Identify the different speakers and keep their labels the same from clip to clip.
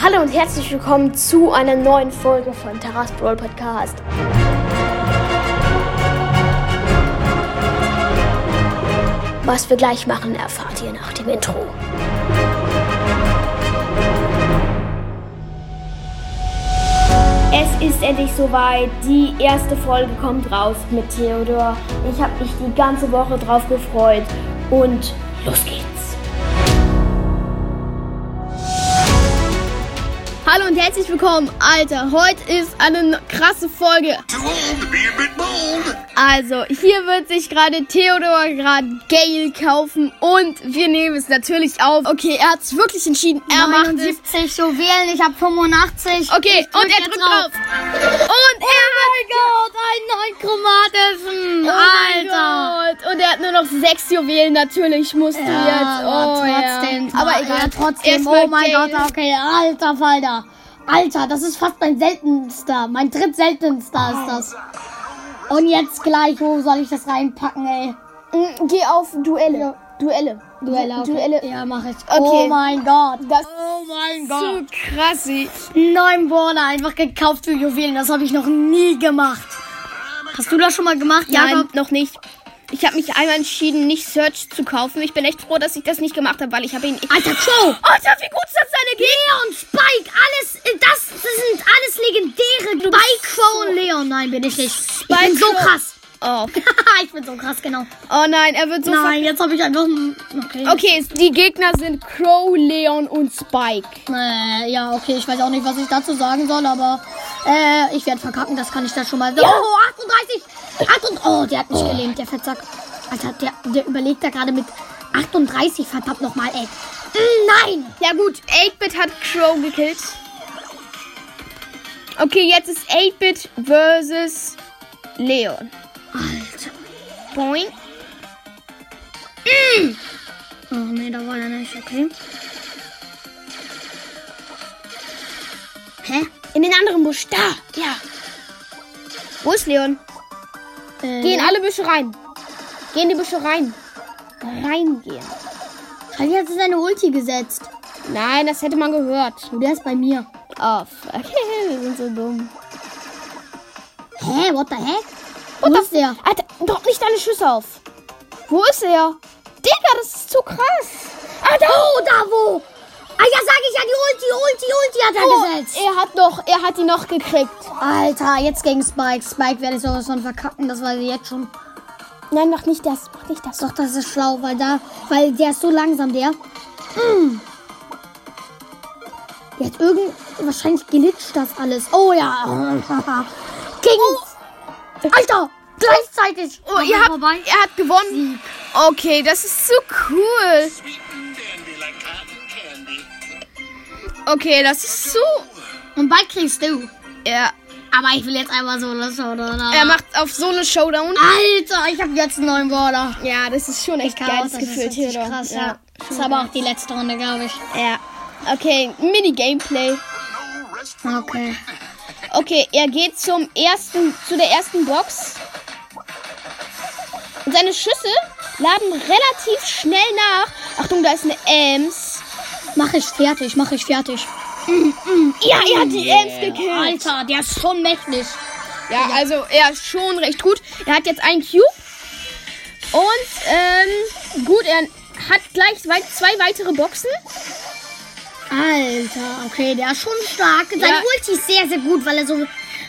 Speaker 1: Hallo und herzlich willkommen zu einer neuen Folge von Taras Brawl Podcast. Was wir gleich machen, erfahrt ihr nach dem Intro.
Speaker 2: Es ist endlich soweit. Die erste Folge kommt raus mit Theodor. Ich habe mich die ganze Woche drauf gefreut. Und los geht's.
Speaker 3: Hallo und herzlich willkommen, Alter. Heute ist eine krasse Folge.
Speaker 4: too old to be a bit bold.
Speaker 3: Also, hier wird sich gerade Theodor gerade Gale kaufen und wir nehmen es natürlich auf. Okay, er hat sich wirklich entschieden. Er macht es.
Speaker 5: 70 so wählen, ich habe 85.
Speaker 3: Okay,
Speaker 5: drück
Speaker 3: und er
Speaker 5: jetzt
Speaker 3: drückt
Speaker 5: drauf.
Speaker 3: drauf. Und
Speaker 5: Oh Gott, einen neuen chromatischen.
Speaker 3: er hat
Speaker 5: Alter.
Speaker 3: Gold. Und er hat nur noch sechs Juwelen natürlich musste jetzt. Oh,
Speaker 5: aber trotzdem.
Speaker 3: Ja. Aber egal.
Speaker 5: Ja, trotzdem.
Speaker 3: Erstmal
Speaker 5: Oh mein
Speaker 3: Gale.
Speaker 5: Gott, okay. Alter Falter. Alter, das ist fast mein seltenster. Mein drittseltenster ist das. Und jetzt gleich, wo soll ich das reinpacken, ey?
Speaker 3: Mm, Geh auf Duelle. Duelle.
Speaker 5: Duelle, okay.
Speaker 3: Duelle.
Speaker 5: Ja, mach ich.
Speaker 3: Okay.
Speaker 5: Oh mein Gott.
Speaker 3: Das
Speaker 5: Oh mein
Speaker 3: ist so krass. ey.
Speaker 5: neuen Brawler einfach gekauft für Juwelen. Das habe ich noch nie gemacht. Hast du das schon mal gemacht,
Speaker 3: Nein,
Speaker 5: Jakob?
Speaker 3: noch nicht. Ich habe mich einmal entschieden, nicht Search zu kaufen. Ich bin echt froh, dass ich das nicht gemacht habe, weil ich habe ihn.
Speaker 5: Alter, Crow!
Speaker 3: Alter, wie gut sind seine
Speaker 5: Leon, Spike, alles, äh, das, das sind alles legendäre. Spike, Crow und Leon. Nein, bin ich nicht. ich bin so
Speaker 3: Crow.
Speaker 5: krass.
Speaker 3: Oh.
Speaker 5: ich bin so krass, genau.
Speaker 3: oh nein, er wird so
Speaker 5: Nein, jetzt habe ich einfach... Okay.
Speaker 3: ver- Okay, es- die Gegner sind Crow, Leon und Spike.
Speaker 5: Äh, ja, okay, ich weiß auch nicht, was ich dazu sagen soll, aber äh, ich werde verkacken, das kann ich da schon mal sagen. Oh, 38! 38! Oh, der hat mich gelähmt, der Fettsack. Alter, der, der überlegt da gerade mit 38, verdammt nochmal, ey. Mm, Nein!
Speaker 3: Ja gut, 8-Bit hat Crow gekillt. Okay, jetzt ist 8-Bit versus Leon.
Speaker 5: Alter.
Speaker 3: Point.
Speaker 5: Oh, nee, da war er nicht, okay. Hä?
Speaker 3: In den anderen Busch. Da, ja. Wo ist Leon?
Speaker 5: Äh,
Speaker 3: Geh in alle Büsche rein. Geh in die Büsche rein. Reingehen.
Speaker 5: Charlie hat seine Ulti gesetzt.
Speaker 3: Nein, das hätte man gehört.
Speaker 5: Und der ist bei mir.
Speaker 3: Oh, fuck. Wir sind so dumm.
Speaker 5: Hä, what the heck? Wo ist der?
Speaker 3: Alter, drop nicht deine Schüsse auf. Wo ist er? Digga, das ist zu krass.
Speaker 5: Alter, oh, da wo? Ah ja, sag ich ja, die Ulti, Ulti, Ulti hat er
Speaker 3: oh.
Speaker 5: gesetzt.
Speaker 3: er hat noch, er hat ihn noch gekriegt.
Speaker 5: Alter, jetzt gegen Spike. Spike werde ich sowas von verkacken, das weiß ich jetzt schon.
Speaker 3: Nein, mach nicht das, mach nicht das.
Speaker 5: Doch, das ist schlau, weil da, weil der ist so langsam, der. Mm. Der hat irgend, wahrscheinlich glitscht das alles. Oh ja. gegen, Alter, gleichzeitig.
Speaker 3: Oh, ihr habt, er hat gewonnen. Okay, das ist so cool.
Speaker 4: Sweet and dandy like cotton candy.
Speaker 3: Okay, das ist so.
Speaker 5: Und Bike kriegst du.
Speaker 3: Er,
Speaker 5: Aber ich will jetzt einmal so los, oder?
Speaker 3: er macht auf so eine Showdown.
Speaker 5: Alter, ich habe jetzt einen neuen Brawler.
Speaker 3: Ja, das ist schon echt
Speaker 5: Chaos,
Speaker 3: geiles Gefühl,
Speaker 5: richtig
Speaker 3: Theodor.
Speaker 5: krass, ja.
Speaker 3: ja.
Speaker 5: Das ist aber auch die letzte Runde, glaube ich.
Speaker 3: ja. Okay, Mini-Gameplay.
Speaker 4: No rest for the
Speaker 5: Okay.
Speaker 3: Okay, er geht zum ersten, zu der ersten Box. Und seine Schüsse laden relativ schnell nach. Achtung, da ist eine Ems.
Speaker 5: Mach ich fertig, mach ich fertig.
Speaker 3: Mm, Ja, er hat die Ems gekillt.
Speaker 5: Alter, der ist schon mächtig.
Speaker 3: Ja, also er ist schon recht gut. Er hat jetzt einen Cube. Und ähm, gut, er hat gleich zwei, zwei weitere Boxen.
Speaker 5: Alter, okay, der ist schon stark. Sein
Speaker 3: Ja.
Speaker 5: Ulti ist sehr, sehr gut, weil er so...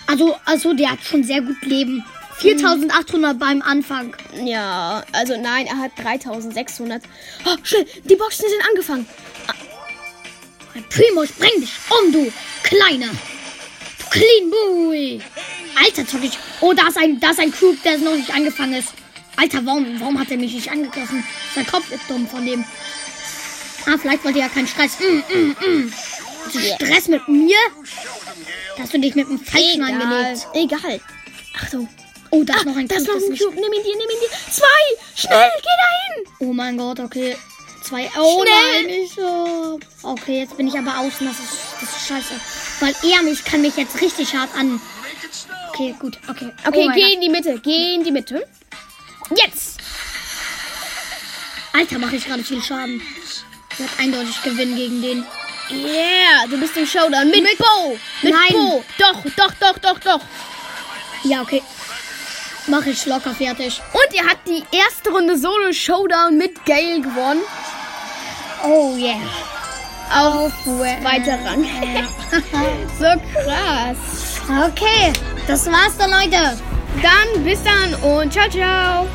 Speaker 5: Also, also der hat schon sehr gut Leben. 4800 beim Anfang.
Speaker 3: Ja, also nein, er hat 3600. Oh, schnell, die Boxen sind angefangen.
Speaker 5: Primo, spreng dich um, du Kleiner. Du Clean Boy. Alter, zock ich. Oh, da ist ein, da ist ein Cube, der noch nicht angefangen ist. Alter, warum, warum hat er mich nicht angegriffen? Sein Kopf ist dumm von dem. Ah, vielleicht wollte er ja keinen Stress. Mm, mm, mm. Hast du Stress mit mir? Dass du dich mit dem Falschen angelegt.
Speaker 3: Egal. Achtung.
Speaker 5: Oh, da ist noch ein
Speaker 3: Das
Speaker 5: Cube.
Speaker 3: ist noch
Speaker 5: das
Speaker 3: ein
Speaker 5: nicht-
Speaker 3: Cube. Nimm ihn dir, nimm ihn dir. Zwei! Schnell, geh dahin!
Speaker 5: Oh mein Gott, okay. Zwei. Oh
Speaker 3: Schnell!
Speaker 5: nein, ich. Oh. Okay, jetzt bin ich aber außen. Das ist, das ist scheiße. Weil er mich kann mich jetzt richtig hart an.
Speaker 4: Make it snow.
Speaker 5: Okay, gut. Okay. Oh
Speaker 3: Okay,
Speaker 5: mein
Speaker 3: geh in die Mitte, geh in die Mitte. Jetzt!
Speaker 5: Gott. Alter, mache ich gerade viel Schaden. Ich werde eindeutig gewinnen gegen den.
Speaker 3: Yeah, du bist im Showdown mit, Bo. Mit
Speaker 5: Nein.
Speaker 3: Bo. Doch, doch, doch, doch, doch.
Speaker 5: Ja, okay. Mach ich locker fertig.
Speaker 3: Und er hat die erste Runde Solo Showdown mit Gale gewonnen.
Speaker 5: Oh yeah.
Speaker 3: Auf zweiter Rang. so krass.
Speaker 5: Okay, das war's dann, Leute.
Speaker 3: Dann bis dann und ciao, ciao.